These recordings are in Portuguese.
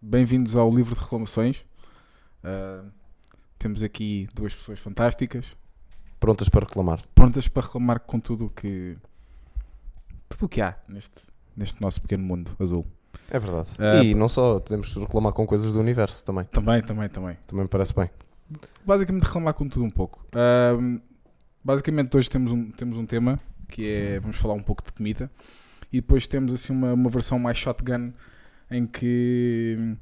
Bem-vindos ao livro de reclamações. Ah, temos aqui duas pessoas fantásticas, Prontas para reclamar. prontas para reclamar com tudo o que tudo o que há neste neste nosso pequeno mundo azul. É verdade. É, e não só, podemos reclamar com coisas do universo também. Também, também, também. Também me parece bem. Basicamente reclamar com tudo um pouco. Ah, basicamente hoje temos um temos um tema que é vamos falar um pouco de comida e depois temos assim uma, uma versão mais shotgun em que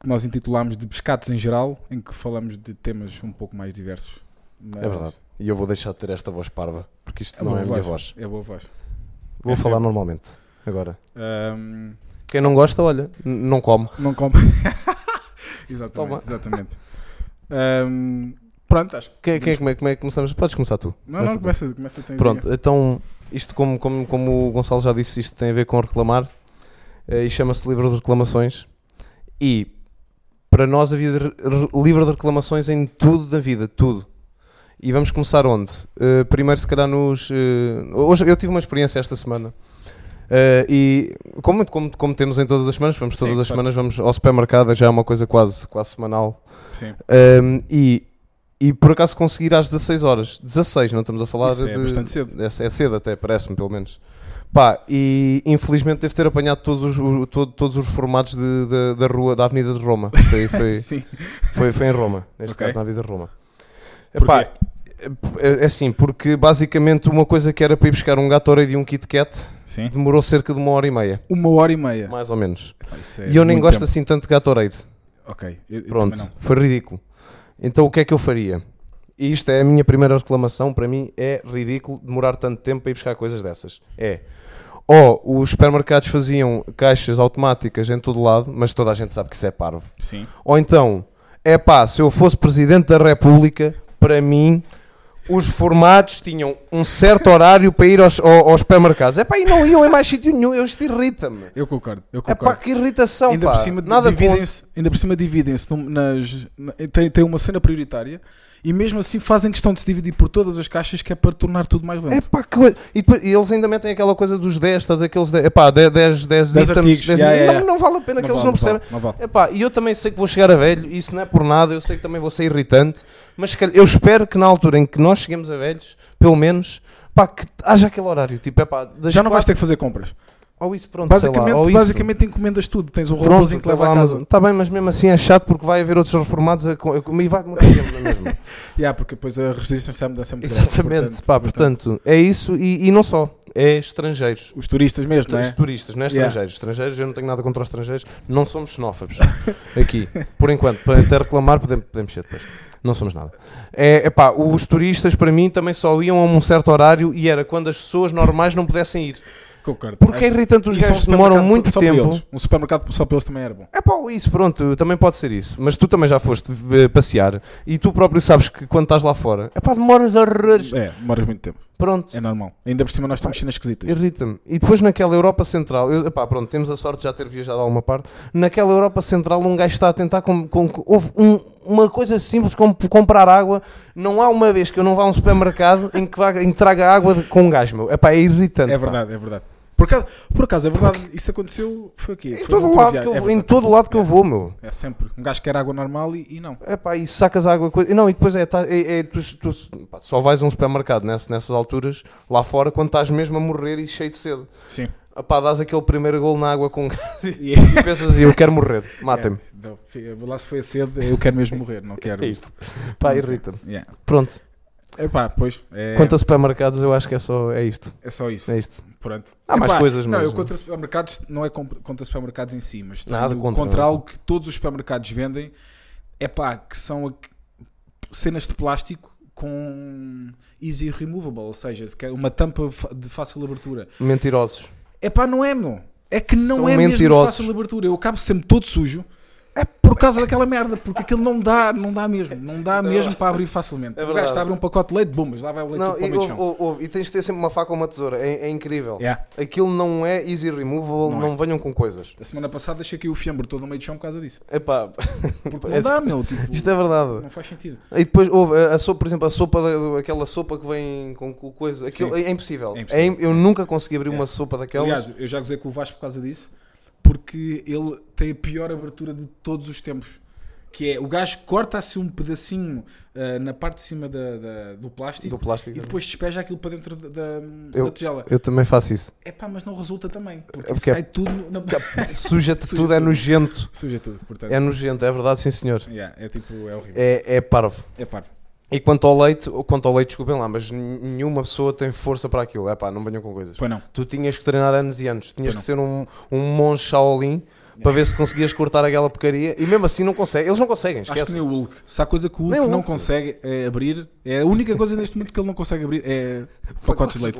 que nós intitulámos de pescados em geral, em que falamos de temas um pouco mais diversos. Mas É verdade. E eu vou deixar de ter esta voz parva, porque isto É não boa é a minha voz. voz. É boa voz. Vou Esta é falar boa. normalmente. Agora. Ah, Quem não gosta, olha, n- não come. Não come. exatamente, Toma. exatamente. Ahm, pronto, acho que. Quem, quem é, como, é, como é que começamos? Podes começar tu. Não, Começa não, tu. começa, começa tem Pronto, então, isto como, como, como o Gonçalo já disse, isto tem a ver com reclamar eh, e chama-se livro de reclamações. E para nós havia de re- re- livro de reclamações em tudo da vida, tudo. E vamos começar onde? Eh, primeiro, se calhar, nos. eh, hoje eu tive uma experiência esta semana. Eh, e como, como, como temos em todas as semanas, vamos todas Sim, as claro. semanas vamos ao supermercado, já é uma coisa quase, quase semanal. Sim, Um, e, e por acaso conseguir às 16 horas. 16, não estamos a falar Isso de. é bastante cedo. É, é cedo até, parece-me, pelo menos. Pá, e infelizmente devo ter apanhado todos os, o- todo- todos os formatos de- da- da rua, da Avenida de Roma. Foi, foi, sim. foi, foi em Roma, neste Ok. caso na Avenida de Roma. Porquê? Epá, é, é assim, porque basicamente uma coisa que era para ir buscar um Gatorade e um Kit Kat sim. demorou cerca de uma hora e meia, Uma hora e meia. mais ou menos. Pá, isso é e eu nem muito gosto tempo. assim tanto de Gatorade. Ok, eu- eu Pronto, também não. foi ridículo. Então o que é que eu faria? E isto é a minha primeira reclamação, para mim é ridículo demorar tanto tempo para ir buscar coisas dessas. É. Ou os supermercados faziam caixas automáticas em todo lado, mas toda a gente sabe que isso é parvo. Sim. Ou então, é pá, se eu fosse Presidente da República, para mim, os formatos tinham um certo horário para ir aos, ao- aos supermercados. É pá, e não iam em mais sítio nenhum, isto irrita-me. Eu concordo, eu É pá, concordo. que irritação, ainda, pá. por cima, Nada contra. dividem-se, ainda por cima dividem-se num- nas. na- tem, tem uma cena prioritária e mesmo assim fazem questão de se dividir por todas as caixas que é para tornar tudo mais É lento. pá, que... coisa- e, depois- e eles ainda metem aquela coisa dos 10, estás a ver, aqueles 10, epá, 10, 10, 10, Dez itens, artigos, 10 yeah, itens. yeah, Não, não vale a pena que eles vale, não vale, percebem. Não vale. Epá, e eu também sei que vou chegar a velho, isso não é por nada, eu sei que também vou ser irritante, mas se calhar- eu espero que na altura em que nós cheguemos a velhos, pelo menos, pá, que haja aquele horário, tipo, epá, das Já não vais quatro- ter que fazer compras. ou isso, pronto, sei Basicamente, lá, ou isso. basicamente encomendas tudo. Tens um Pronto, robôzinho que leva à casa. Está bem, mas mesmo assim é chato porque vai haver outros reformados a, co- a, co- e vai é demorar tempo na mesma. Yeah, porque depois a resistência à mudança é muito grande, Exatamente, portanto, pá, portanto, é isso e, e não só, é estrangeiros. os turistas mesmo, não Os é? turistas, não é Yeah. estrangeiros. Estrangeiros, eu não tenho nada contra os estrangeiros, não somos xenófobos. Aqui, por enquanto, para até reclamar, podemos, podemos ser depois. Não somos nada. É, epá, os turistas, para mim, também só iam a um certo horário e era quando as pessoas normais não pudessem ir. Concordo. Porque é irritante, os E só um gajos demoram supermercado muito só para tempo. eles. Um supermercado só para eles também era bom. É pá, isso, pronto, também pode ser isso. Mas tu também já foste eh, passear e tu próprio sabes que quando estás lá fora, é pá, demoras horrores. É, demoras muito tempo. Pronto. É normal. Ainda por cima nós temos cenas esquisitas. Irrita-me. E depois naquela Europa Central, eu, epá, pronto, temos a sorte de já ter viajado a alguma parte. Naquela Europa Central, um gajo está a tentar. Com, com- com- houve um- uma coisa simples como p- comprar água. Não há uma vez que eu não vá a um supermercado em que, vá, em que traga água de- com um gajo, meu. Epá, é irritante. É pá. verdade, é verdade. Por acaso, por acaso é verdade, isso aconteceu, foi é aqui. Em todo, lado que eu, vou- em todo lado que eu vou, meu. É sempre. Um gajo quer água normal e, e não. Epá, e sacas a água. coisa- Não, e depois é. tá- é- é- tu, tu- pá, só vais a um supermercado ness- nessas alturas, lá fora, quando estás mesmo a morrer e cheio de sede. Sim. Epá, dás aquele primeiro gol na água com um gajo e- Yeah. e pensas, eu quero morrer, matem-me. É, não, fi- lá se foi a sede, eu quero mesmo morrer, não quero. É isto. Pá, irrita-me. Yeah. Pronto, Epá, pois, é, quanto a supermercados, eu acho que é só é isto. é só isso. É isto. Pronto. Há mais coisas, Não, mas- eu contra supermercados, não é comp- contra supermercados em si, mas tenho Nada contra, contra. algo que todos os supermercados vendem. É pá, que são a- cenas de plástico com easy removable, ou seja, que é uma tampa fa- de fácil abertura. Mentirosos. É pá, não é, meu. É que não São é mentirosos. mesmo de fácil abertura. Eu acabo sempre todo sujo. É por causa daquela merda, porque aquilo não dá, não dá mesmo, não dá mesmo para abrir facilmente. É o gajo verdade. está a abrir um pacote de leite, bom, mas lá vai o leite Não, tudo para o e, meio do ouve, chão. ouve, ouve, e tens de ter sempre uma faca ou uma tesoura. É, é incrível. Yeah. Aquilo não é easy removable, Não não, é. venham com coisas. A semana passada deixei aqui o fiambre todo no meio do chão por causa disso. Epá, Porque não É- dá, meu, tipo, isto é verdade. não faz sentido. E depois, ouve, a, a sopa, por exemplo, a sopa, da- aquela sopa que vem com, com coisa. Aquilo, é, impossível. É impossível. É im- eu nunca consegui abrir É. uma sopa daquelas. Aliás, eu já gozei com o Vasco por causa disso, porque ele tem a pior abertura de todos os tempos. Que é, o gajo corta-se um pedacinho ah, na parte de cima da- da- do plástico do plástico. e depois despeja aquilo para dentro da, da- da tigela. Eu também faço isso. É pá, mas não resulta também. Porque, É isso porque é- cai tudo na. Suja-te tudo, é nojento. Suja tudo, portanto. É nojento, é verdade, sim senhor. Yeah, é tipo, é horrível. É, é parvo. É parvo. E quanto ao leite, quanto ao leite, desculpem lá, mas n- nenhuma pessoa tem força para aquilo. É pá, não venham com coisas. Pois não. Tu tinhas que treinar anos e anos, tinhas Pois não. que ser um, um monge Shaolin para ver se conseguias cortar aquela porcaria e mesmo assim não consegue. Eles não conseguem, Acho que esquece. nem o Hulk. Se há coisa que o Hulk, Nem o não Hulk. consegue é, abrir, é a única coisa neste mundo que ele não consegue abrir é pacotes de leite.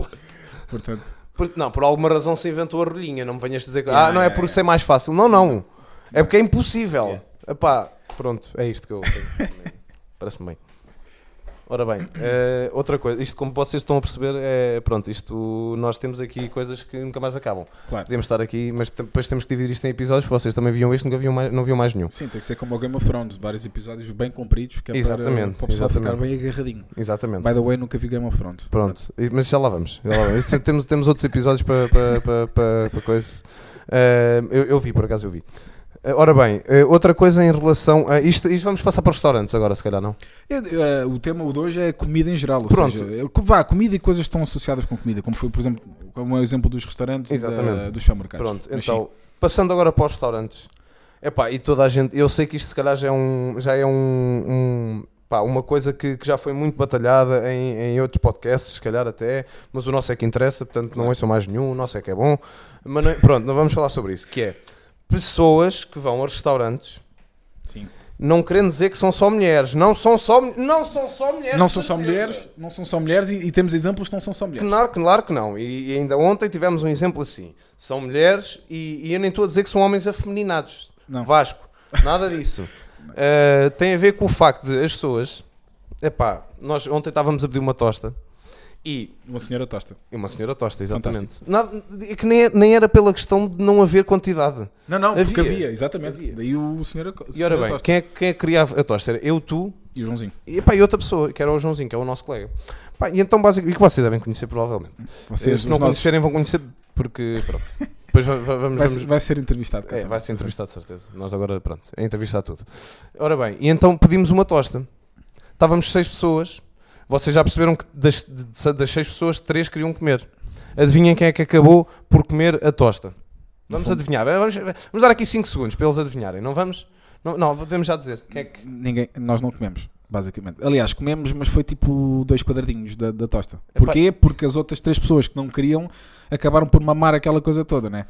Portanto, Por- não, por alguma razão se inventou a rolinha, não me venhas dizer que Yeah, ah, não é yeah, por yeah. ser mais fácil. Não, não. É porque é impossível. Yeah. Epá, pronto, é isto que eu. Parece-me bem. Ora bem, eh, outra coisa, isto como vocês estão a perceber, é pronto, isto nós temos aqui coisas que nunca mais acabam. claro. Podemos estar aqui, mas te- depois temos que dividir isto em episódios, porque vocês também viam este, nunca viam mais, não viam mais nenhum. Sim, tem que ser como o Game of Thrones, vários episódios bem compridos que é para- Exatamente, para, o pessoal exatamente. ficar bem agarradinho. Exatamente. By the way, nunca vi Game of Thrones. Pronto, e- mas já lá vamos. já lá vamos. Isto- temos, temos outros episódios para, para, para, para, para coisa. Eh, eu, eu vi, por acaso eu vi. Eh, ora bem, eh, outra coisa em relação a isto, isto vamos passar para os restaurantes agora, se calhar, não? É, é, o tema de hoje é comida em geral. Ou Pronto. seja, é, que vá, comida e coisas que estão associadas com comida, como foi, por exemplo, como é o exemplo dos restaurantes e da- Exatamente. dos supermercados. Pronto, Mas então, passando agora para os restaurantes. Epá, e toda a gente, eu sei que isto se calhar já é um, já é um, um- pá, uma coisa que, que já foi muito batalhada em, em outros podcasts, se calhar até, mas o nosso é que interessa, portanto não ouçam mais nenhum, o nosso é que é bom. Mas não- pronto, não vamos falar sobre isso, que é pessoas que vão a restaurantes sim. Sim. Não querendo dizer que são só mulheres. Não são só, mu- não são só mulheres. Não são só certeza. mulheres, não são só mulheres e, e temos exemplos que não são só mulheres. Claro, que- claro que não. E, e ainda ontem tivemos um exemplo assim. São mulheres e, e eu nem estou a dizer que são homens afeminados. Não. Vasco. Nada disso. Uh, tem a ver com o facto de as pessoas... Epá, nós ontem estávamos a pedir uma tosta e Uma senhora tosta. e uma senhora tosta, exatamente. Nada, é que nem, nem era pela questão de não haver quantidade. Não, não, porque Havia. havia, exatamente. Havia. Daí o senhor, E ora bem, quem é, quem é que criava a tosta? Era eu, tu, e o Joãozinho. E, pá, e outra pessoa, que era o Joãozinho, que é o nosso colega. Pá, e então, basicamente, e que vocês devem conhecer, provavelmente. Vocês, Se não os nossos- conhecerem, vão conhecer, porque, pronto. Depois va- va- vamos... vai, vamos- ser- vai ser entrevistado. cá é, também. vai ser entrevistado, de certeza. Nós agora, pronto, é entrevistar tudo. Ora bem, e então pedimos uma tosta. Estávamos seis pessoas. Vocês já perceberam que das, de- das seis pessoas, três queriam comer. Adivinhem quem é que acabou por comer a tosta. Vamos fundo. adivinhar. Vamos, vamos dar aqui cinco segundos para eles adivinharem, não vamos? Não, não podemos já dizer. Quem é que... Ninguém, nós não comemos, basicamente. Aliás, comemos, mas foi tipo dois quadradinhos da, da tosta. Epá. Porquê? Porque as outras três pessoas que não queriam acabaram por mamar aquela coisa toda, né?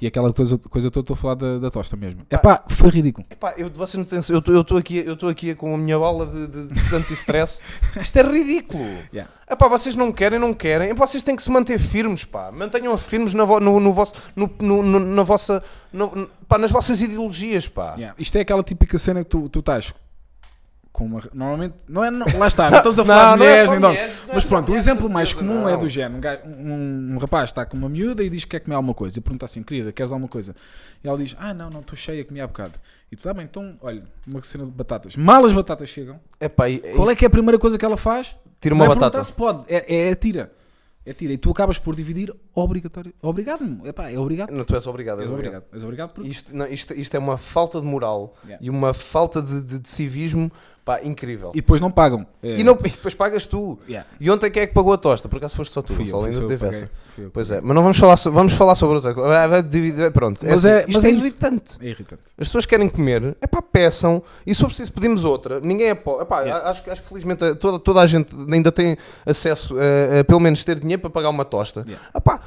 E aquela coisa, coisa toda, estou a falar da, da tosta mesmo. É pá, foi ridículo. Epá, eu, vocês não têm, eu estou aqui, eu tô aqui com a minha aula de, de, de anti-stress. Isto é ridículo. Yeah. Epá, vocês não querem, não querem. Vocês têm que se manter firmes, pá. Mantenham firmes na, vo- no, no vosso, no, no- no- na vossa, no- no- pá, nas vossas ideologias, pá. Yeah. Isto é aquela típica cena que tu, tu estás com uma. Normalmente, não é, não- lá está, não estamos a falar de é mulheres, só nem de homens. mulheres, não é Mas só pronto, o mulheres, exemplo certeza, mais comum é não. do género. Um, gajo- um- um rapaz está com uma miúda e diz que quer comer alguma coisa. E pergunta assim, querida, queres alguma coisa? E ela diz, ah não, não, estou cheia, comi há bocado. E tu, tá bem, então, olha, uma cena de batatas. Mal as batatas chegam. Epá, e- e- Qual é que é a primeira coisa que ela faz? Tira uma não é batata. perguntar se pode, é, é tira. É tira. E tu acabas por dividir obrigatório. Obrigado-me. Epá, é obrigado. Não, tu és obrigado, és És obrigado. obrigado. És obrigado por... Isto, não, isto, isto é uma falta de moral Yeah. e uma falta de, de- de civismo, pá, incrível. E depois não pagam. É. E, não, e depois pagas tu. Yeah. E ontem quem é que pagou a tosta? Por acaso foste só tu, Fui eu, Gonçalo, fui ainda eu, teve paguei, essa. fui eu, Pois é, paguei. mas não vamos falar, so- vamos falar sobre outra coisa. Ah, vai dividir- Pronto, é Mas assim, é- isto mas é é isso. irritante. É irritante. As pessoas querem comer, é pá, peçam, e se for preciso pedimos outra, ninguém é pó. Epá, Yeah. acho, que- acho que felizmente a- toda, toda a gente ainda tem acesso eh, a, a pelo menos ter dinheiro para pagar uma tosta. Yeah. Epá,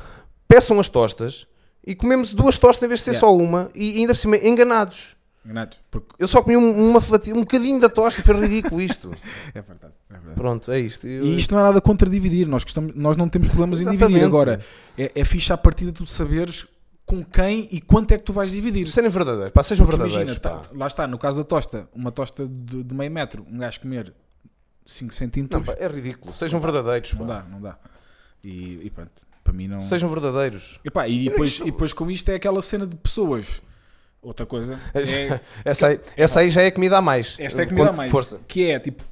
peçam as tostas e comemos duas tostas em vez de ser Yeah. só uma, e ainda por cima enganados. Enganados. Porque... Eu só comi um, uma fatia, um bocadinho da tosta, foi ridículo isto. É verdade. É verdade. Pronto, é isto. Eu- E isto não é nada contra dividir, nós, gostamos, nós não temos problemas em dividir. Exatamente. Agora, é, é fixe à partida tu saberes com quem e quanto é que tu vais dividir. Serem verdadeiros, pá, sejam Porque verdadeiros. tá- pá. lá está, no caso da tosta, uma tosta de, de meio metro, um gajo comer 5 Não, centímetros, pá, é ridículo, sejam verdadeiros. não pá. dá, não dá. E, e pronto, para mim não. Sejam verdadeiros. Epá, e, Eu depois, isto- e depois com isto é aquela cena de pessoas. Outra coisa. É, Essa aí, essa aí já é comida a mais. Esta é que me dá Com- mais. Força. Que é tipo,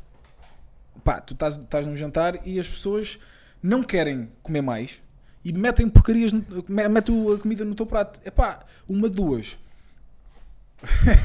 pá, tu estás, estás num jantar e as pessoas não querem comer mais e metem porcarias, no- me- metem o- a comida no teu prato. Epá, uma, duas.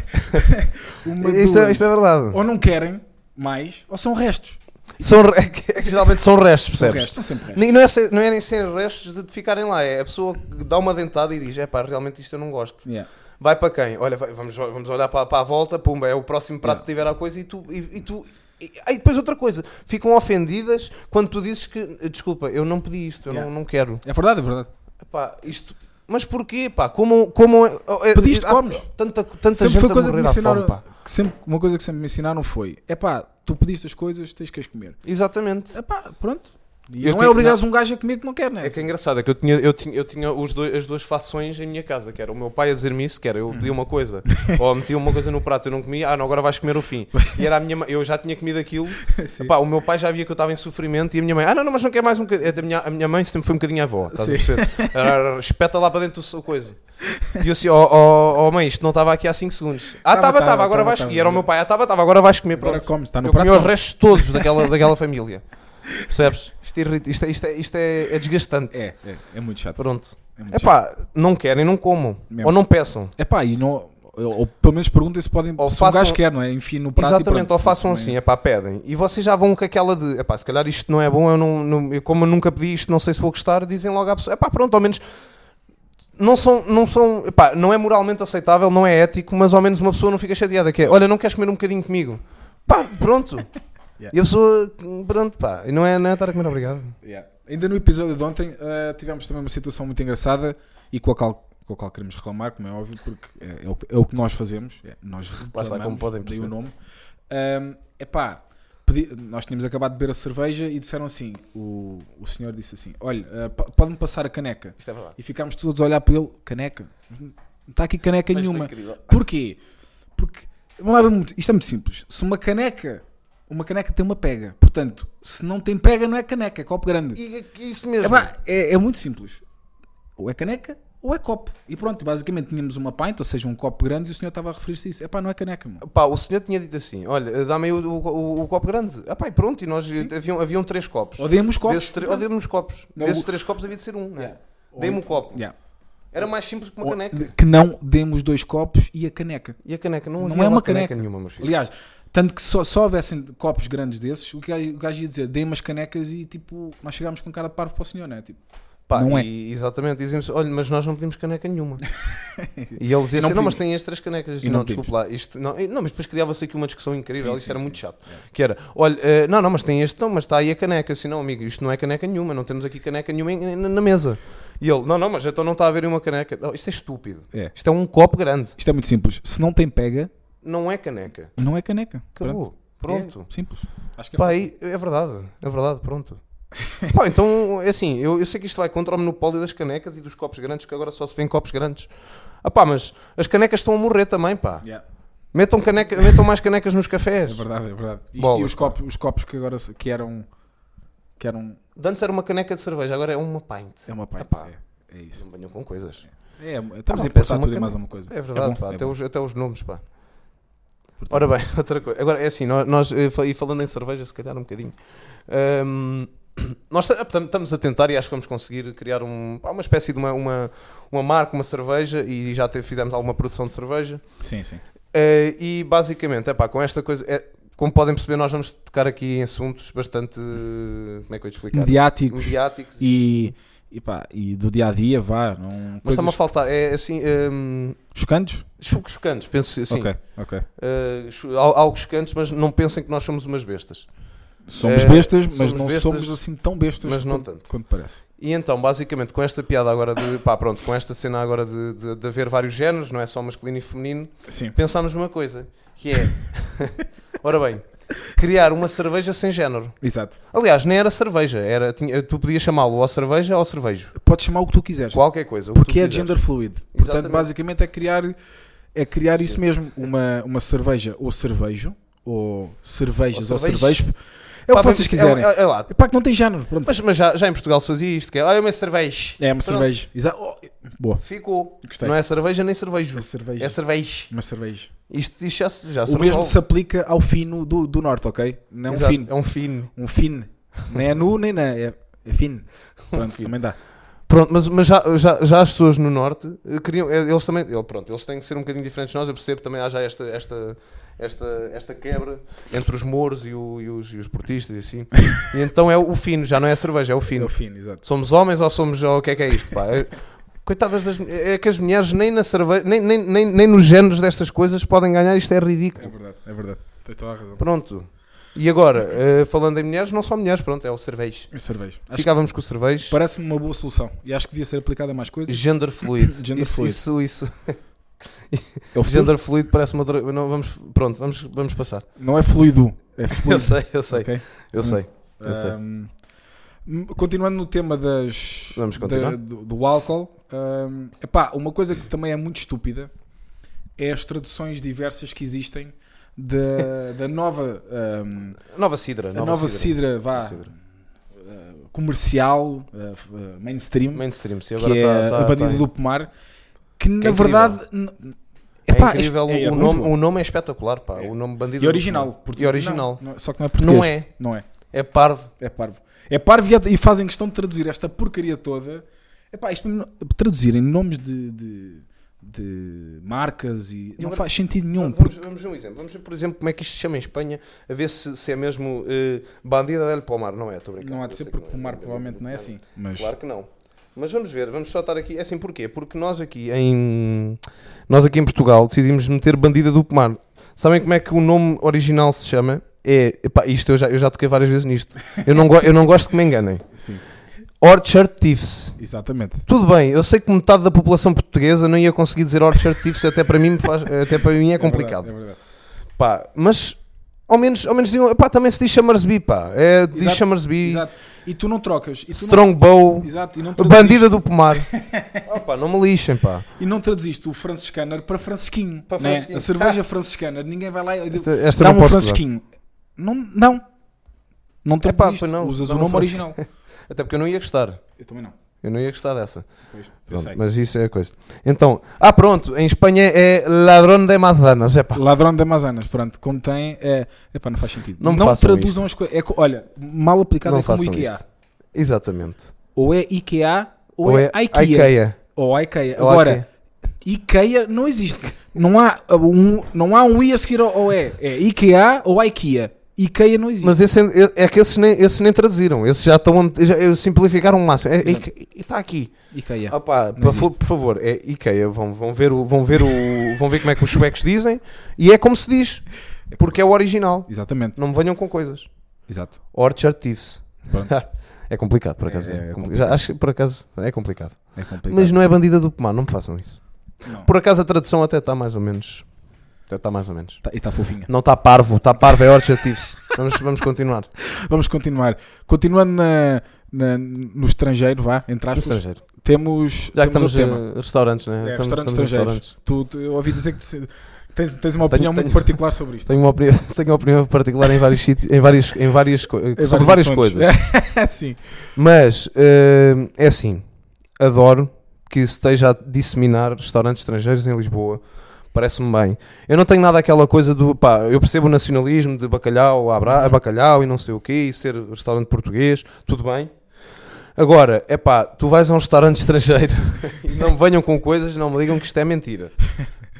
uma, Isto, é- duas. isto é verdade. Ou não querem mais, ou são restos. São, re- é que é que geralmente são restos, São percebes? restos, são sempre restos. Nem- Não é, ser- não é nem ser restos de, de ficarem lá, é a pessoa que dá uma dentada e diz: é pá, realmente isto eu não gosto. Yeah. Vai para quem? Olha, vai- vamos, vamos olhar para, para a volta, pumba, é o próximo prato que tiver a coisa e tu. E, e tu e, aí depois outra coisa, ficam ofendidas quando tu dizes que desculpa, eu não pedi isto, eu Yeah. não, não quero. É verdade, é verdade. Epá, isto. Mas porquê, pá? Como. como é- é- Pediste, há comes. Tanta, tanta Sempre gente foi coisa a que me morrer à fome, ensinaram. pá. que sempre, uma coisa que sempre me ensinaram foi: é pá, tu pediste as coisas, tens que as comer. Exatamente. É pá, pronto. E Eu não te- é obrigares um gajo a comer que não quer, né? É que é engraçado, é que eu tinha, eu tinha, eu tinha os dois, as duas fações em minha casa, que era o meu pai a dizer-me isso, que era eu pedi uma coisa, ou metia uma coisa no prato, eu não comia, ah não, agora vais comer o fim. E era a minha mãe, eu já tinha comido aquilo, Sim. Epá, o meu pai já via que eu estava em sofrimento e a minha mãe, ah não, não, mas não quer mais um bocadinho. A minha, a minha mãe sempre foi um bocadinho avó, estás a Sim. perceber? Era, Espeta lá para dentro o seu coisa. E eu assim, oh, oh, oh, mãe, isto não estava aqui há 5 segundos. Tava, Ah, estava, tava, estava, agora tava, vais. tava. E era o meu pai, ah, estava, estava, agora vais comer, Agora pronto. comes, está no Eu comi prato. os restos todos daquela, daquela família. Percebes? Isto, irrita, isto, é- isto, é, isto é, é desgastante. É, é, é muito chato. Pronto. É muito É pá, não querem, não comam. Mesmo. Ou não peçam. É pá, e não. Ou, ou pelo menos perguntem se podem. Ou se façam- um gajo quer, não é? Enfim, no prato. e Exatamente, pronto. ou façam Também- assim, é pá, pedem. E vocês já vão com aquela de, é pá, se calhar isto não é bom, eu não, não- eu como eu nunca pedi isto, não sei se vou gostar, dizem logo à pessoa, é pá, pronto, ao menos não são, não são, epá, não é moralmente aceitável, não é ético, mas ao menos uma pessoa não fica chateada, que é, olha, não queres comer um bocadinho comigo? Pá, pronto. Yeah. E a pessoa, pronto, pá, e não é, não é estar a comer, obrigado. Yeah. Ainda no episódio de ontem eh, tivemos também uma situação muito engraçada e com a qual, com a qual queremos reclamar, como é óbvio, porque é, é o, que- é o que nós fazemos, é, nós como reclamamos, podem daí perceber. o nome. Ahm, epá, pedi- nós tínhamos acabado de beber a cerveja e disseram assim, o, o senhor disse assim, olha, eh, po- pode-me passar a caneca? Isto é verdade. E ficámos todos a olhar para ele, caneca? Não está aqui caneca nenhuma. é incrível. Porquê? Porque, vamos lá ver muito- isto é muito simples, se uma caneca... Uma caneca tem uma pega, portanto, se não tem pega, não é caneca, é copo grande. E, e isso mesmo. Epá, é, é muito simples. Ou é caneca ou é copo. E pronto, basicamente tínhamos uma pint, ou seja, um copo grande, e o senhor estava a referir-se a isso. Epá, não é caneca, mano. Pá, o senhor tinha dito assim: olha, dá-me aí o, o- o- o copo grande. Ah, pá, e pronto, e nós haviam, haviam três copos. Odiamos copos. Desses tre- ou dê-me uns copos. Não, Desses o- três copos havia de ser um, né? Yeah. Dei-me um copo. Yeah. Era mais simples que uma Ou- caneca. Que não demos dois copos e a caneca. E a caneca? Não, Não havia é lá uma caneca, caneca. nenhuma, meus filhos. Aliás, tanto que só, só houvessem copos grandes desses, o gajo, o gajo ia dizer, dei umas canecas e tipo, nós chegámos com cara de parvo para o senhor, não é? Tipo, Pá, não é. e- exatamente, dizem-nos, olha, mas nós não pedimos caneca nenhuma. E e eles diziam não assim, não, mas pedimos. têm as três canecas. E não, não desculpa lá, isto, não, e- não, mas depois criava-se aqui uma discussão incrível, Sim, isso sim, era sim. muito chato. Que era, olha, eh, não, não, mas tem este, não, mas está aí a caneca. Assim, não, amigo, isto não é caneca nenhuma, não temos aqui caneca nenhuma em- na, na mesa. E ele, não, não, mas então não está a haver uma caneca. Não, isto é estúpido. é. Isto é um copo grande, Isto é muito simples. Se não tem pega, não é caneca. não é caneca. Acabou. Pronto. É simples. Acho que é Pá, aí, é verdade, é verdade, pronto. Pá, então, é assim, eu, eu sei que isto vai contra o monopólio das canecas e dos copos grandes, que agora só se vêem copos grandes. Ah pá, mas as canecas estão a morrer também, pá. Yeah. Metam, caneca, metam mais canecas nos cafés. É verdade, é verdade. Isto Bolas, e os pá. copos, os copos que agora se- que eram que eram De Antes era uma caneca de cerveja, agora é uma pint. é uma pint. Epá. É, é isso. Não venham com coisas. É, estamos Ah, a não, peça importar uma tudo e cana- mais alguma coisa. É verdade, bom, pá, é até bom. os, até os nomes, pá. Portanto, Ora bem, outra coisa. Agora, é assim, nós, nós, eh, fa- e falando em cerveja, se calhar um bocadinho, hum, nós ta- tam- estamos a tentar e acho que vamos conseguir criar um, pá, uma espécie de uma, uma, uma marca, uma cerveja, e já te- fizemos alguma produção de cerveja. Sim, sim. Eh, e basicamente, é pá, com esta coisa, é- como podem perceber, nós vamos tocar aqui em assuntos bastante. eh, Como é que eu ia te explicar? Mediáticos Mediáticos. e, e pá, e do dia a dia, vá, não Mas está-me a coisas faltar, é assim. hum, chocantes? cho- chocantes, penso assim. OK, OK. Eh, cho- al- algo chocantes, mas não pensem que nós somos umas bestas. Somos Eh, bestas, mas somos não bestas, somos assim tão bestas mas não quanto, tanto. quanto parece. E então, basicamente, com esta piada agora de. pá, pronto, com esta cena agora de, de, de haver vários géneros, não é só masculino e feminino, Sim. pensámos numa coisa, que é. ora bem, criar uma cerveja sem género. Exato. Aliás, nem era cerveja, era, tinha- tu podias chamá-lo ou cerveja ou cervejo. Podes chamar o que tu quiseres. Qualquer coisa. o que Porque tu é quiseres. gender fluid. Exatamente. Portanto, basicamente é criar, é criar isso mesmo. Uma, uma cerveja ou cervejo, ou cervejas Ou ou, cervejo. cervejo. É o Pá, que mas vocês isso é- quiserem. É, é- é lá. pá, que não tem género. Pronto. Mas, mas já, já em Portugal se fazia isto, que é. Olha, uma cerveja. é uma Pronto. cerveja. Exa- oh, boa. Ficou. Gostei. Não é cerveja nem cervejo. É cerveja. É cerveja. Uma cerveja. Isto, isto já, se- já o mesmo resolve. se aplica ao fino do, do norte, ok? Não é um Exato, fino. É um fino. Um fino. Nem é nu, nem na. É, é fino. Pronto, fino. também dá. Pronto, mas, mas já, já, já as pessoas no Norte eh, queriam. eh, Eles também. ele- pronto, eles têm que ser um bocadinho diferentes de nós. Eu percebo também há já esta, esta, esta, esta quebra entre os mouros e, o- e os, e os portistas e assim. E então é o fino, já não é a cerveja, é o É fino. o fino, exato. Somos homens ou somos. ou o que é que é isto, pá? É- Coitadas das. É que as mulheres nem na cerveja. Nem, nem, nem, nem nos géneros destas coisas podem ganhar. Isto é É ridículo. verdade, é verdade. Tens toda a razão. Pronto. E agora, eh, falando em mulheres, não só mulheres, pronto, é o cervejo. É cerveja. Acho Ficávamos com o cervejo. que parece-me uma boa solução. E acho que devia ser aplicada a mais coisas. Gender fluid. Gender isso, fluid. isso, isso. É o futuro. Gender fluid parece uma outra. Não, vamos, pronto, vamos, vamos passar. Não é fluido, é fluido. Eu sei, eu sei, ok? eu sei. Eu sei. Ahm, m- continuando no tema das Vamos continuar? da- do, do álcool, ahm, epá, uma coisa que também é muito estúpida é as traduções diversas que existem da, da nova, ahm, Nova Sidra. a nova, cidra, vá, Nova cidra. ah, comercial, ah, f- ah, mainstream, Mainstream, sim, que agora tá- é está. a Bandida do Pomar, que na é verdade n- É epá, incrível, isto- é- é o, muito nome, bom. o nome é espetacular, pá. É. O nome bandido. e original, porque- E original. não, não- só que não é Não, português. é, Não é. é parvo. É parvo. É parvo e, e fazem questão de traduzir esta porcaria toda. Epá, isto mesmo, traduzirem nomes de, de, de marcas e. não agora- faz sentido nenhum. vamos, Porque, vamos ver um exemplo. Vamos ver, por exemplo, como é que isto se chama em Espanha, a ver se, se é mesmo eh, Bandida del Pomar. Não é, estou a brincar. não há Eu de sei ser que porque não é. o mar provavelmente não é assim. Mas Claro que não. Mas vamos ver, vamos só estar aqui. É assim porquê? Porque nós aqui em nós aqui em Portugal decidimos meter Bandida do Pomar. Sabem como é que o nome original se chama? É, epá, isto eu já, eu já toquei várias vezes nisto. Eu não, go- eu não gosto que É me enganem. sim, Orchard Thieves. exatamente. Tudo bem, eu sei que metade da população portuguesa não ia conseguir dizer Orchard Thieves, até para mim, me faz- até para mim é complicado. É verdade, é Pá, mas ao menos, ao menos digam, epá, também se diz Chamersby, pá. É, diz Exato, Chamersby, verdade. Exato. E tu não trocas. E tu Strongbow. Não, exato. E não, traduziste, Bandida do Pomar. Opa, não me lixem, pá. e não traduziste o Franciscaner para Francisquinho. Para né? Francisquinho. A cerveja Franciscaner. Ninguém vai lá e diz, Esta, é esta eu dá não um posso Francisquinho. Não, não. Não Epá, traduziste. pois não, Usas dá o um nome Francisco. original. usar. Até porque eu não ia gostar. Eu também não. Eu não ia gostar dessa. Pois, eu Pronto, sei. mas isso é a coisa. Então, ah, pronto, em Espanha é ladrão de mazanas. É pá. Ladrão de Amazonas, pronto, como tem, é. Epá, não faz sentido. Não me façam traduzam as coisas. É, co- olha, mal aplicado Não é como façam IKEA. isto. Exatamente. Ou é IKEA ou, é, IKEA. Ou IKEA. Ou Agora, IKEA não existe. Não há, uh, um, não há um I a seguir ao ao E. É IKEA ou IKEA. IKEA não existe. Mas esse é, é que esses nem, esses nem traduziram. Esses já estão. onde- Já, eu simplificaram o máximo. É, Está aqui. IKEA. Ah pá, É. Não pa- existe. por favor, é IKEA, vão, vão, ver o, vão, ver o, vão ver como é que os suecos dizem e é como se diz, porque é o original. Exatamente. Não me venham com coisas. Exato. Orchard Thieves. Pronto. é complicado, por acaso. É, é compli- complicado. Já acho que por acaso é complicado. É complicado. Mas não é bandida do pomar, não me façam isso. Não. Por acaso a tradução até está mais ou menos. Até está mais ou menos. Tá- e está fofinha. Não está parvo, está parvo, é Orchard Thieves. Vamos, vamos continuar. Vamos continuar. Continuando na- na- no estrangeiro, vá, entre No aspas, estrangeiro. temos. Já que temos estamos outro tema. a restaurantes, né? É, estamos, restaurantes estamos em estrangeiros. Tu, tu- eu ouvi dizer que te- tens, tens uma Tenho- opinião tenho- muito particular sobre isto. Tenho uma, opinião, tenho uma opinião particular em vários sítios, em várias, em várias, co- Em sobre várias vários assuntos. coisas. É Sim. Mas eh, é assim, adoro que se esteja a disseminar restaurantes estrangeiros em Lisboa. Parece-me bem. Eu não tenho nada aquela coisa do pá, eu percebo o nacionalismo de bacalhau a bra- a bacalhau e não sei o quê, e ser restaurante português, tudo bem. Agora, é pá, tu vais a um restaurante estrangeiro e não me venham com coisas, não me digam que isto é mentira.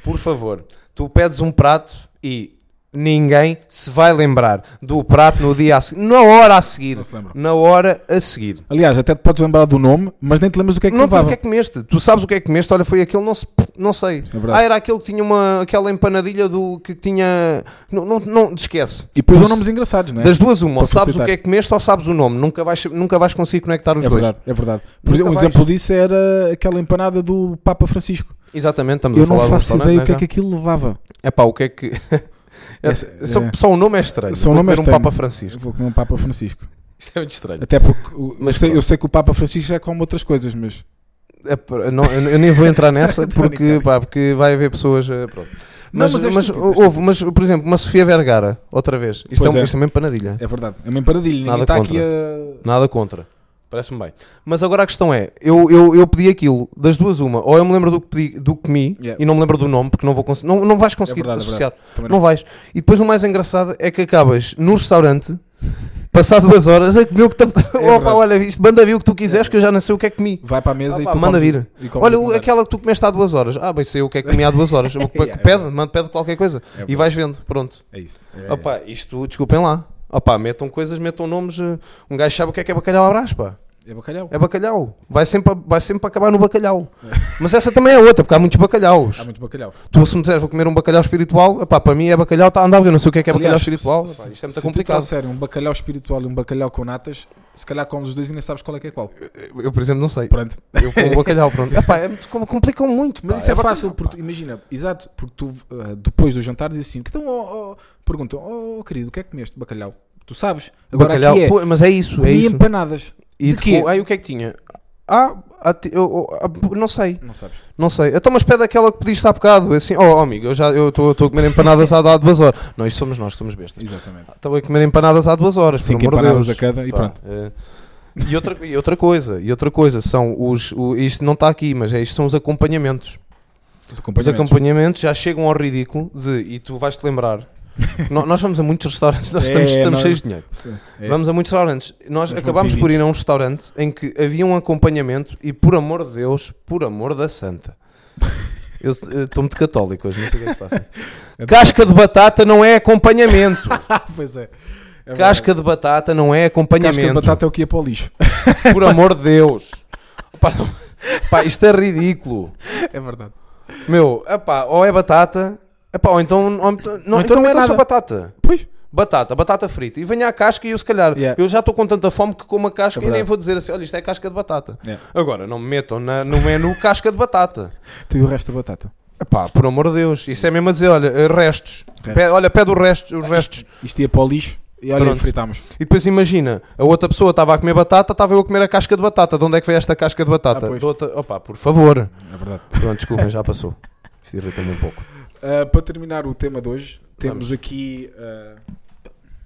Por favor, tu pedes um prato e ninguém se vai lembrar do prato no dia a seguir, na hora a seguir Não se lembram. na hora a seguir. Aliás, até te podes lembrar do nome, mas nem te lembras do que é que não levava. o que é que comeste. Tu sabes o que é que comeste? Olha, foi aquele, não, se, não sei. É verdade. ah, era aquele que tinha uma, aquela empanadilha do que tinha. Não, não, não te esquece. E depois Tu os se- nomes engraçados, não é? Das duas, uma, ou Posso sabes citar. o que é que comeste ou sabes o nome. Nunca vais, nunca vais conseguir conectar os É dois. verdade, é verdade. Por Nunca exemplo, um vais- exemplo disso era aquela empanada do Papa Francisco. Exatamente, estamos Eu a falar não de um faço restaurante, ideia né, o que é já? que aquilo levava. É pá, o que é que. É, Essa- só, é. só o nome é estranho. Só o Vou nome é comer um estranho. Papa Francisco. Vou comer um Papa Francisco. Isto é muito estranho. Até porque o- Mas eu, sei, pronto. eu sei que o Papa Francisco já come outras coisas, mas É pá, não, eu eu nem vou entrar nessa Tô porque, brincando. pá, porque vai haver pessoas. eh, Pronto. Não, Mas, mas é mas estúpido, é houve, mas, por exemplo, uma Sofia Vergara, outra vez. Isto, é, Pois um, é. isto é uma empanadilha. é verdade. É uma empanadilha, ninguém Nada está aqui contra. a. Nada contra. Parece-me bem. Mas agora a questão é: eu, eu, eu pedi aquilo, das duas, uma, ou eu me lembro do que, pedi, do que comi Yeah. e não me lembro do nome, porque não vou cons- não, não vais conseguir verdade, é associar. Também Não vais. E depois o mais engraçado é que acabas no restaurante Passado duas horas, é, comeu o que tá... Opa, verdade. olha, isto, manda vir o que tu quiseres, que eu já não sei o que é que comi. Vai para a mesa Ah, e pá, tu manda comes- vir. e comes Olha, o o- que aquela que tu comeste há duas horas. Ah, bem, sei o que é que comi há duas horas. Eu- Yeah, pede, manda, pede qualquer coisa. mandares. É E vais vendo, pronto. É isso. É- Opa, isto, desculpem lá. Opa, metam coisas, metam nomes. eh, Um gajo sabe o que é que é bacalhau à brás, pá. é bacalhau. É bacalhau. Vai sempre, a- vai sempre acabar no bacalhau. Mas essa também é outra, porque há muitos bacalhaus. Há muito bacalhau. Tu, se me disseres, vou comer um bacalhau espiritual, epá, para mim é bacalhau, está a andar, eu não sei o que é que é bacalhau Aliás, espiritual. se- Epá, isto é se muito tu complicado. trouxerem um bacalhau espiritual e um bacalhau com natas, se calhar comes os dois e nem sabes qual é que é qual. Eu, por exemplo, não sei. Pronto. Eu como bacalhau, pronto. Epá, é muito, como- complicam muito. Mas pá. isso é, bacalhau, fácil, porque, imagina, exato, porque tu ah, depois do jantar dizes assim, então, oh, oh", perguntam, oh querido, o que é que comeste? Bacalhau. Tu sabes? Agora bacalhau. aqui é, Pô, mas é isso, é comi isso. empanadas. E de quê? de co- aí o que é que tinha? Ah, ati- eu- eu- ah, não sei, Não sabes. não sei. Então, mas pede aquela que pediste há bocado. Assim, oh, oh, amigo, eu já eu estou a comer empanadas há, há duas horas. Não, isso somos nós que somos bestas. Exatamente. Estava a Então, é comer empanadas há duas horas, Cinco pelo amor de empanadas Deus. a cada e Pá, pronto. eh, e, outra, e outra coisa, e outra coisa, são os. o- isto não está aqui, mas é, isto são os acompanhamentos. Os Os acompanhamentos. acompanhamentos já chegam ao ridículo de. E tu vais te lembrar. No- nós vamos a muitos restaurantes, nós É, estamos, estamos nós- cheios de dinheiro. É. Vamos a muitos restaurantes. Mas Nós muito acabámos por ir a um restaurante em que havia um acompanhamento e, por amor de Deus, por amor da santa. Eu estou muito católico hoje, não sei o que é que se passa. Casca de batata não é acompanhamento. Ah, pois é. É verdade. Casca de batata não é acompanhamento. Casca de batata é o que ia para o lixo. Por amor de Deus. Pá, não- pá, isto é ridículo. É verdade. Meu, epá, ou é batata, epá, ou então, ou então- não, Ou então então, não é metam só nada. batata. Pois. Batata, batata frita. E venha a casca e eu, se calhar, Yeah. eu já estou com tanta fome que como a casca É e nem verdade. vou dizer assim: olha, isto é casca de batata. Yeah. Agora, não me metam na- no menu casca de batata. Tu e o resto da batata. Epá, por amor de Deus. Isso é mesmo a dizer: olha, eh, restos. Restos. Pe- olha, pede o resto, os restos. Isto ia para o lixo e olha, Pronto. fritámos. E depois imagina: a outra pessoa estava a comer batata, estava eu a comer a casca de batata. De onde é que veio esta casca de batata? Ah, pois. De outra- Opá, por favor. É verdade. Pronto, desculpem, já passou. Isto irrita-me um pouco. Uh, para terminar o tema de hoje, temos Vamos. aqui. uh,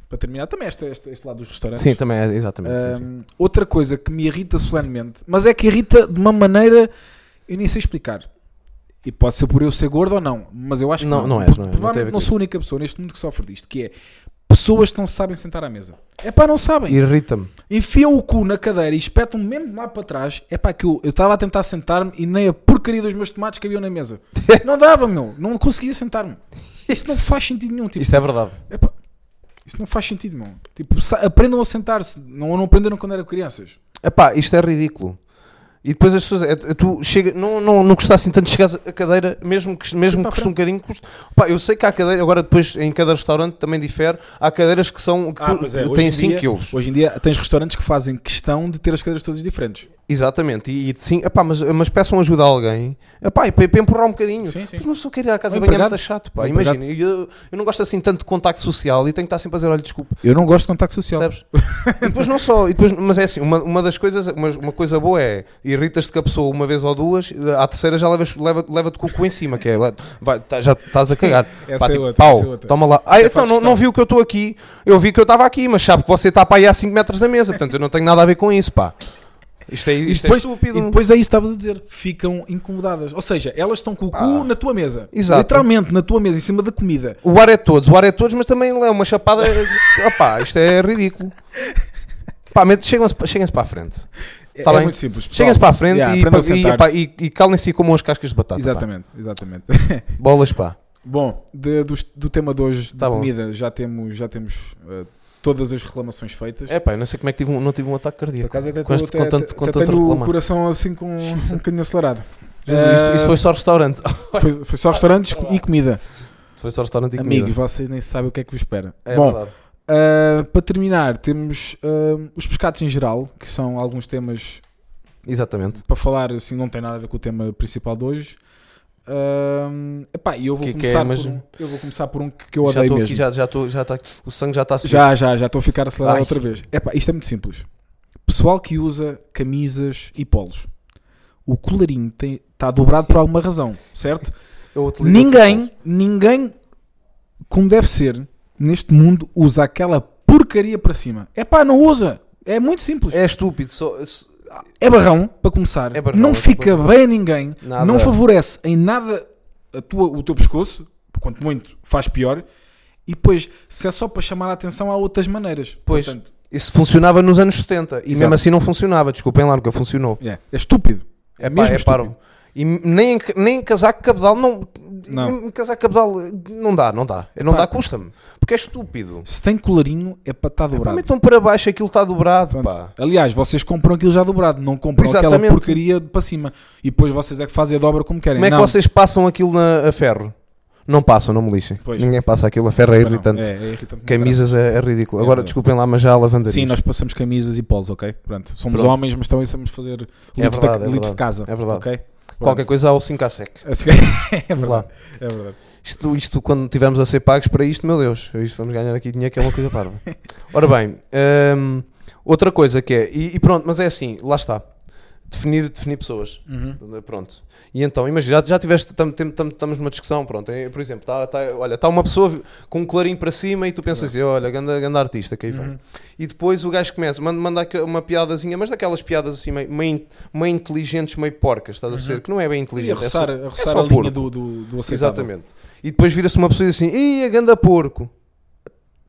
para terminar também este, este, este lado dos restaurantes. Sim, também é, exatamente. sim, Um, sim. Outra coisa que me irrita solenemente, mas é que irrita de uma maneira. Eu nem sei explicar. E pode ser por eu ser gordo ou não, mas eu acho que Não, não. não és, Porque não és, não tem a Provavelmente ver não, com sou a única pessoa neste mundo que sofre disto, que é pessoas que não sabem sentar à mesa. É pá, não sabem. Irrita-me. Enfiam o cu na cadeira e espetam-me mesmo lá para trás. É pá, que eu eu estava a tentar sentar-me e nem a porcaria dos meus tomates cabiam na mesa. não dava, meu. Não conseguia sentar-me. Isto não faz sentido nenhum. Tipo, Isto é verdade. Epá, isso não faz sentido, meu. Tipo, sa- aprendam a sentar-se. Não, não aprenderam quando eram crianças. Epá, isto é ridículo. E depois as pessoas, é, é, tu chega, não, não, não custa assim tanto chegares a cadeira, mesmo que, mesmo que para custe um bocadinho, custa. Pá, eu sei que há cadeira, agora depois em cada restaurante também difere, há cadeiras que são, que tu- têm 5 quilos. Ah, é, Hoje em dia tens restaurantes que fazem questão de ter as cadeiras todas diferentes. Exatamente, e, e de sim, epá, mas, mas peçam ajuda a alguém, epá, e para, para empurrar um bocadinho. Sim, sim. Mas uma pessoa quer ir à casa Um de banho é empregado. muito chato, pá, Um imagina. Eu, eu não gosto assim tanto de contacto social e tenho que estar sempre a dizer, olha, desculpa, Eu não gosto de contacto social. Percebes? e depois não só, e depois, mas é assim, uma, uma das coisas, uma, uma coisa boa é irritas-te com a pessoa uma vez ou duas, à terceira já levas, leva, leva-te com o cu em cima, que é lá- vai, tá- já estás a cagar. Essa Pá, é tipo, outra, pau, essa é outra. toma lá. Ah, Já então faz não, não questão. viu que eu estou aqui, eu vi que eu estava aqui, mas sabe que você está para aí a 5 metros da mesa, portanto eu não tenho nada a ver com isso, pá. Isto é, E isto depois, é estúpido. e depois é isso que estavas a dizer. Ficam incomodadas. Ou seja, elas estão com o cu Ah. na tua mesa. Exato. Literalmente na tua mesa, em cima da comida. O ar é de todos, o ar é de todos, mas também é uma chapada. Opá, isto é ridículo. Pá, mas chegam-se chegam-se para a frente. É, Tá é bem. muito simples. pessoal. Cheguem-se para Tá, a frente Yeah, e, aprendam a e, sentar-se. epá, e- e calem-se e comam as cascas de batata. Exatamente, exatamente. pá. Bolas, pá. Bom, de- do, do tema de hoje, Tá da bom. comida, já temos, já temos eh, todas as reclamações feitas. É pá, eu não sei como é que tive um- não tive um ataque Por cardíaco. acaso até, Com estou- este- com até- tanto- com até tanto tenho o reclamar. coração assim com um bocadinho acelerado. Jesus, isto, isto Eh, foi só restaurante. foi, foi só restaurantes e comida. Isto foi só restaurante e comida. Amigos, vocês nem sabem o que é que vos espera. É Bom, verdade. ah, para terminar, temos ah, os pescados em geral, que são alguns temas Exatamente. para falar, assim, não tem nada a ver com o tema principal de hoje. Ah, epá, e eu vou, Que que é, começar mas- por um, eu vou começar por um que, que eu já odeio estou mesmo. aqui, já, já, estou- já está, o sangue já está a subir. Já, já, já estou a ficar acelerado Ai. outra vez. Epá, isto é muito simples. Pessoal que usa camisas e polos. O colarinho está dobrado por alguma razão, certo? Eu utilizo Ninguém, outros ninguém, como deve ser, neste mundo, usa aquela porcaria para cima. Epá, não usa. É muito polos. simples. É, É estúpido. Só, se- barrão, para começar. É barrão, não é fica barrão. bem a ninguém. Nada. Não favorece em nada a tua, o teu pescoço. Quanto muito, faz pior. E depois, se é só para chamar a atenção, há outras maneiras. Pois. Portanto, Isso funcionava nos anos 70 e Exato. mesmo assim não funcionava. Desculpem lá, nunca funcionou. Yeah. É estúpido. É, É pá, mesmo é estúpido. parvo. E nem, em- nem em casaco cabedal não. Não. em casaco cabedal eh, não dá, não dá. Não Pá. dá, custa-me. Porque é estúpido. Se tem colarinho, é para estar dobrado. Metam para baixo, aquilo está dobrado. Pronto. Pá. Aliás, vocês compram aquilo já dobrado, não compram aquela Exatamente. porcaria para cima. E depois vocês é que fazem a dobra como querem. Como é que Não. vocês passam aquilo na, a ferro? Não passam, não me lixem. Pois. Ninguém passa aquilo, a ferro é Não, irritante. é, é irritante. Camisas é, é É ridículo. Agora verdade. desculpem lá, mas já há lavandarias. Sim, nós passamos camisas e polos, ok? Pronto. Somos Pronto. homens, mas também sabemos fazer É litros, verdade, da- é litros verdade. de casa. É verdade. ok? Qualquer coisa há o 5 a sec. A seguir- é Lá. verdade. É verdade. Isto, isto, quando tivermos a ser pagos para isto, meu Deus, isto vamos ganhar aqui dinheiro que é uma coisa parva. Ora bem, hum, outra coisa que é, e, e pronto, mas é assim, lá está. Definir, definir pessoas. Pronto. E então, imagina, já, já tiveste, tam- tam- tam- estamos numa discussão, pronto. é, por exemplo, tá, tá- olha, está uma pessoa vi- com um clarinho para cima e tu pensas assim, olha, ganda, ganda artista, que aí vem. E depois o gajo começa, manda, manda aqua- uma piadazinha, mas daquelas piadas assim, meio, meio, meio inteligentes, meio porcas, estás a perceber? Que não é bem E a inteligente, é só- roçar, a, roçar só a linha porco. do, do, do aceitável. Exatamente. E depois vira-se uma pessoa e diz assim: Ih, a ganda porco.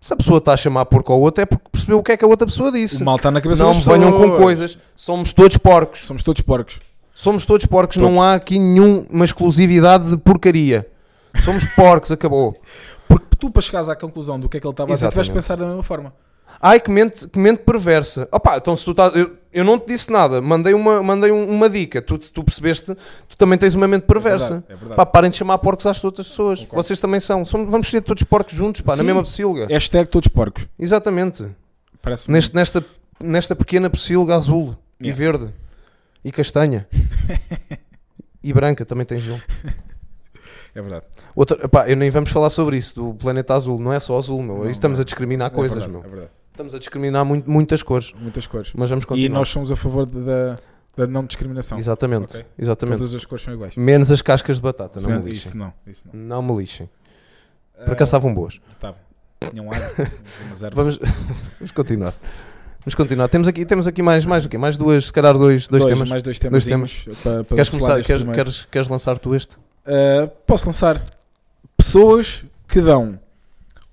Se a pessoa está a chamar porco ao outro é porque percebeu o que é que a outra pessoa disse. O mal está na cabeça Não das venham com pessoas. coisas. Somos todos porcos. Somos todos porcos. Somos todos porcos. Não há aqui nenhuma exclusividade de porcaria. Somos porcos, acabou. Porque tu, para chegares à conclusão do que é que ele estava a dizer, tu vais Exatamente. pensar da mesma forma. Ai, que mente, que mente perversa. Opa, então se tu estás. Eu, eu não te disse nada, mandei uma, mandei um- uma dica. Tu, se tu percebeste, tu também tens uma mente perversa. É verdade, é verdade. Pá, parem de chamar porcos às outras pessoas. Vocês também são. Somos- vamos ser todos porcos juntos, pá, na Sim. mesma pocilga. Hashtag todos porcos. Exatamente. Parece Neste, nesta, nesta pequena pocilga azul e Yeah. verde e castanha e branca também tem gelo. É verdade. Outra, epá, eu nem vamos falar sobre isso do planeta azul, não é só azul, meu. Não, Aí Estamos não. a discriminar É coisas, verdade, meu. É verdade. Estamos a discriminar muito- muitas cores, Muitas cores. mas vamos E continuar. nós somos a favor de- da, da não discriminação. Exatamente, Ok. exatamente. Todas as cores são iguais. Menos as cascas de batata, não me lixem. isso não. Isso não. Não me lixem. Ah, Por acaso estavam boas. Estava. Tinha um ar, uma zero. Vamos, vamos continuar. Vamos continuar. Temos aqui, temos aqui mais, mais o quê? Mais duas, se calhar dois, dois, temas. mais dois temas. eh, Dois Para, para Queres cancelar começar? este Queres, primeiro. queres, queres lançar tu este? Uh, posso lançar pessoas que dão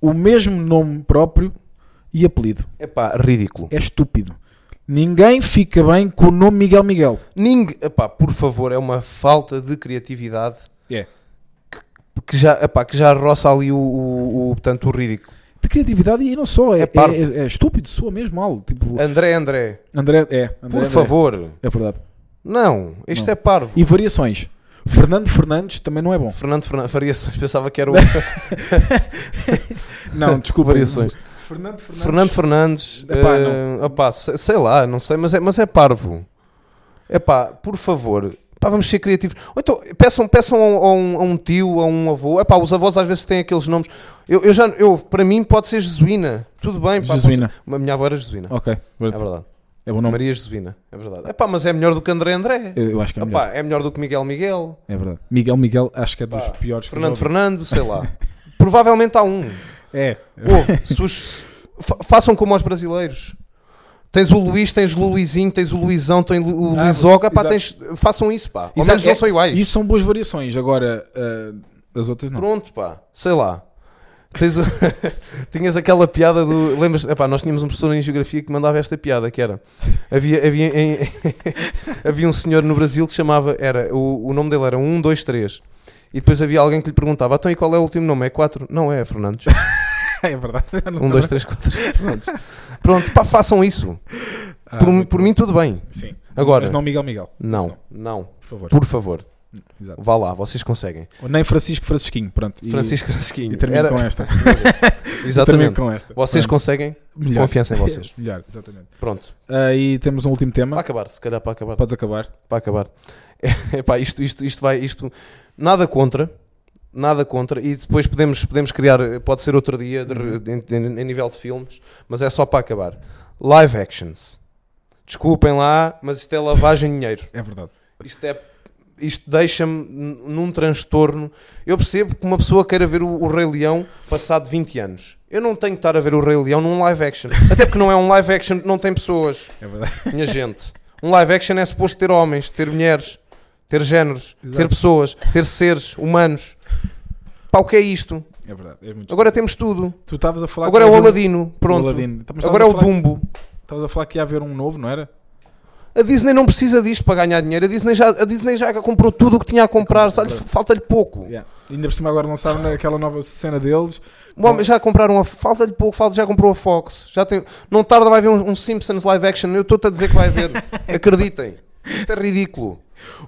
o mesmo nome próprio e apelido. É pá, ridículo. É estúpido. Ninguém fica bem com o nome Miguel Miguel. Ninguém, epá, por favor, é uma falta de criatividade É. que já, epá, que já roça ali o, o, o, portanto, o ridículo. De criatividade e não só. É, É parvo. é- é estúpido, soa mesmo mal. Tipo, André, André, André, é, André, por André. favor. É verdade. Não, isto Não. é parvo. E variações. Fernando Fernandes também não é bom. Fernando Fernandes Variações, pensava que era o Não, desculpa. Variações. Fernando Fernandes. Fernando Fernandes. Epá, eh, epá, se- sei lá, não sei, mas é, mas é parvo. Epá, por favor, epá, vamos ser criativos. Ou então, peçam, peçam a, um, a um- a um tio, a um avô. Epá, os avós às vezes têm aqueles nomes. Eu, eu já, eu, para mim, pode ser Jesuína. Tudo bem, pá, Jesuína. pode ser- A minha avó era Jesuína. Ok, É verdade. verdade. é bom nome. Maria Jesuína. É verdade. Epá, mas é melhor do que André André. Eu, eu acho que é melhor. Epá, é melhor do que Miguel Miguel. É verdade. Miguel Miguel acho que é dos Pá, piores. que eu já Fernando ouvi. Fernando, sei lá. Provavelmente há um. É. Ouve, se os- fa- façam como aos brasileiros. Tens o Luís, tens o Luizinho, tens o Luizão, tens o Ah, Luizoga, pá, exato. tens, façam isso, pá. Ao Exato, menos é- não são iguais. Isso são boas variações, agora ah, as outras não. Pronto, pá, sei lá. Tens o- Tinhas aquela piada do. Lembras? Epá, nós tínhamos um professor em geografia que mandava esta piada: que era. Havia, havia, em- havia um senhor no Brasil que chamava. Era, o, o nome dele era 1, 2, 3. E depois havia alguém que lhe perguntava: então e qual é o último nome? É 4? Não, é Fernandes. é verdade. 1, 2, 3, 4. Fernandes. Pronto, pá, façam isso. Ah, por, um- muito por bom. mim tudo bem. Sim. Agora, Mas não, não Miguel Miguel. Mas não, por favor. por favor, Exato. vá lá, vocês conseguem. Ou Nem Francisco Francisquinho, pronto. E- Francisco E, Rasquinho, termino era- com esta. Termino exatamente. com esta. Vocês Pronto. conseguem, Melhor. confiança em vocês. Melhor, exatamente. Pronto, Ah, e temos um último para tema. acabar, se calhar para acabar, Podes acabar. para acabar. Epá, isto, isto, isto vai, isto, nada contra, nada contra, e depois podemos, podemos criar, pode ser outro dia, de- em- em- em nível de filmes, mas é só para acabar. Live actions. Desculpem lá, mas isto é lavagem de dinheiro. É verdade. Isto é isto deixa-me n- num transtorno. Eu percebo que uma pessoa queira ver o, o Rei Leão passado 20 anos. Eu não tenho que estar a ver o Rei Leão num live action. Até porque não é um live action, não tem pessoas, É verdade. minha gente. Um live action é suposto ter homens, ter mulheres, ter géneros, Exato. ter pessoas, ter seres humanos. Pá, o que é isto? É verdade. É muito Agora temos tudo. estúpido. tu estavas a falar Agora é que o ia haver um- Aladino, pronto. o Aladdin. Tá, mas Agora é o estavas a falar- Dumbo. Estavas a falar que ia haver um novo, não era? A Disney não precisa disto para ganhar dinheiro. A Disney já, a Disney já comprou tudo o que tinha a É comprar. só lhe- Falta-lhe pouco. Yeah. Ainda por cima agora lançaram aquela nova cena deles. Bom, mas já compraram a. Falta-lhe pouco. Falta, já comprou a Fox. Já tem, não tarda, vai haver um, um Simpsons live action. Eu estou-te a dizer que vai haver. Acreditem. Isto é ridículo.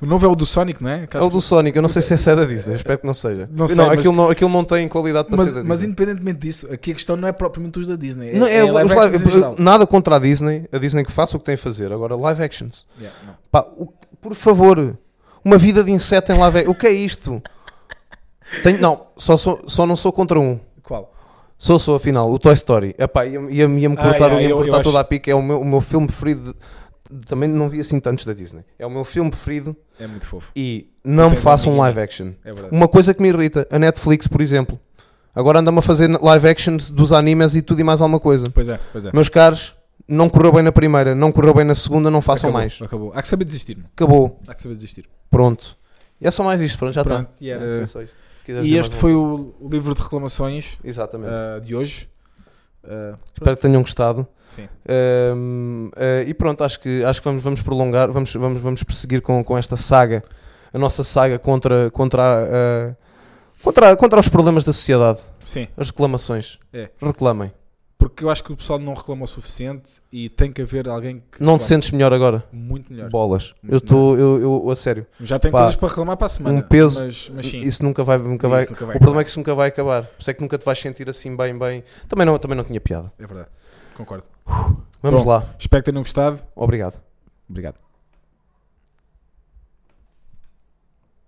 O novo é o do Sonic, não é? Que É acho o do Sonic. Eu não sei se esse é da Disney. Espero que não seja. Não Não, sei, mas- aquilo, não aquilo não tem qualidade para Mas, ser da mas Disney. independentemente disso, aqui a questão não é propriamente os da Disney. Não, é, live os actions live- em geral. nada contra a Disney. A Disney que faça o que tem a fazer. Agora, live actions. Yeah, não. Pá, o- por favor, uma vida de inseto em lave. O que é isto? Tenho- não, só, sou- só não sou contra um. Qual? Sou, sou, afinal, o Toy Story. Epá, ia-me ia, ia Ah, cortar, yeah, ia eu- eu cortar acho- toda a pica. É o meu, o meu filme preferido. de- também não vi assim tantos da Disney. É o meu filme preferido É muito fofo. e não me tens façam um amigo, live action. É verdade. Uma coisa que me irrita, a Netflix, por exemplo. Agora anda-me a fazer live actions dos animes e tudo e mais alguma coisa. Pois é, pois é. Meus caros, não correu bem na primeira, não correu bem na segunda, não façam acabou, mais. Acabou. Há que saber desistir. meu. Acabou. Há que saber desistir. Pronto. E é só mais isto, pronto, já está. Pronto, e era- Foi só isto. Se quiseres E dizer este mais foi alguma o o livro de reclamações coisa. Exatamente. ah, de hoje. Ah, Espero que tenham gostado. sim. Ahm, ah, e pronto, acho que, acho que vamos, vamos prolongar, vamos, vamos, vamos prosseguir com, com esta saga, a nossa saga contra, contra, ah, contra, contra os problemas da sociedade, Sim, as reclamações. É. Reclamem. porque eu acho que o pessoal não reclamou o suficiente e tem que haver alguém que Não reclame te sentes melhor agora? muito melhor. Bolas. Muito eu estou, eu, eu, a sério, Já tem Pá, coisas para reclamar para a semana. um peso- Mas, mas sim, isso nunca vai, nunca Isso vai. nunca vai o problema é que isso nunca vai acabar. Por isso é que nunca te vais sentir assim bem, bem. Também não, também não tinha piada. é verdade. Concordo. Vamos Bom. lá. Espero que tenham gostado. Obrigado. Obrigado.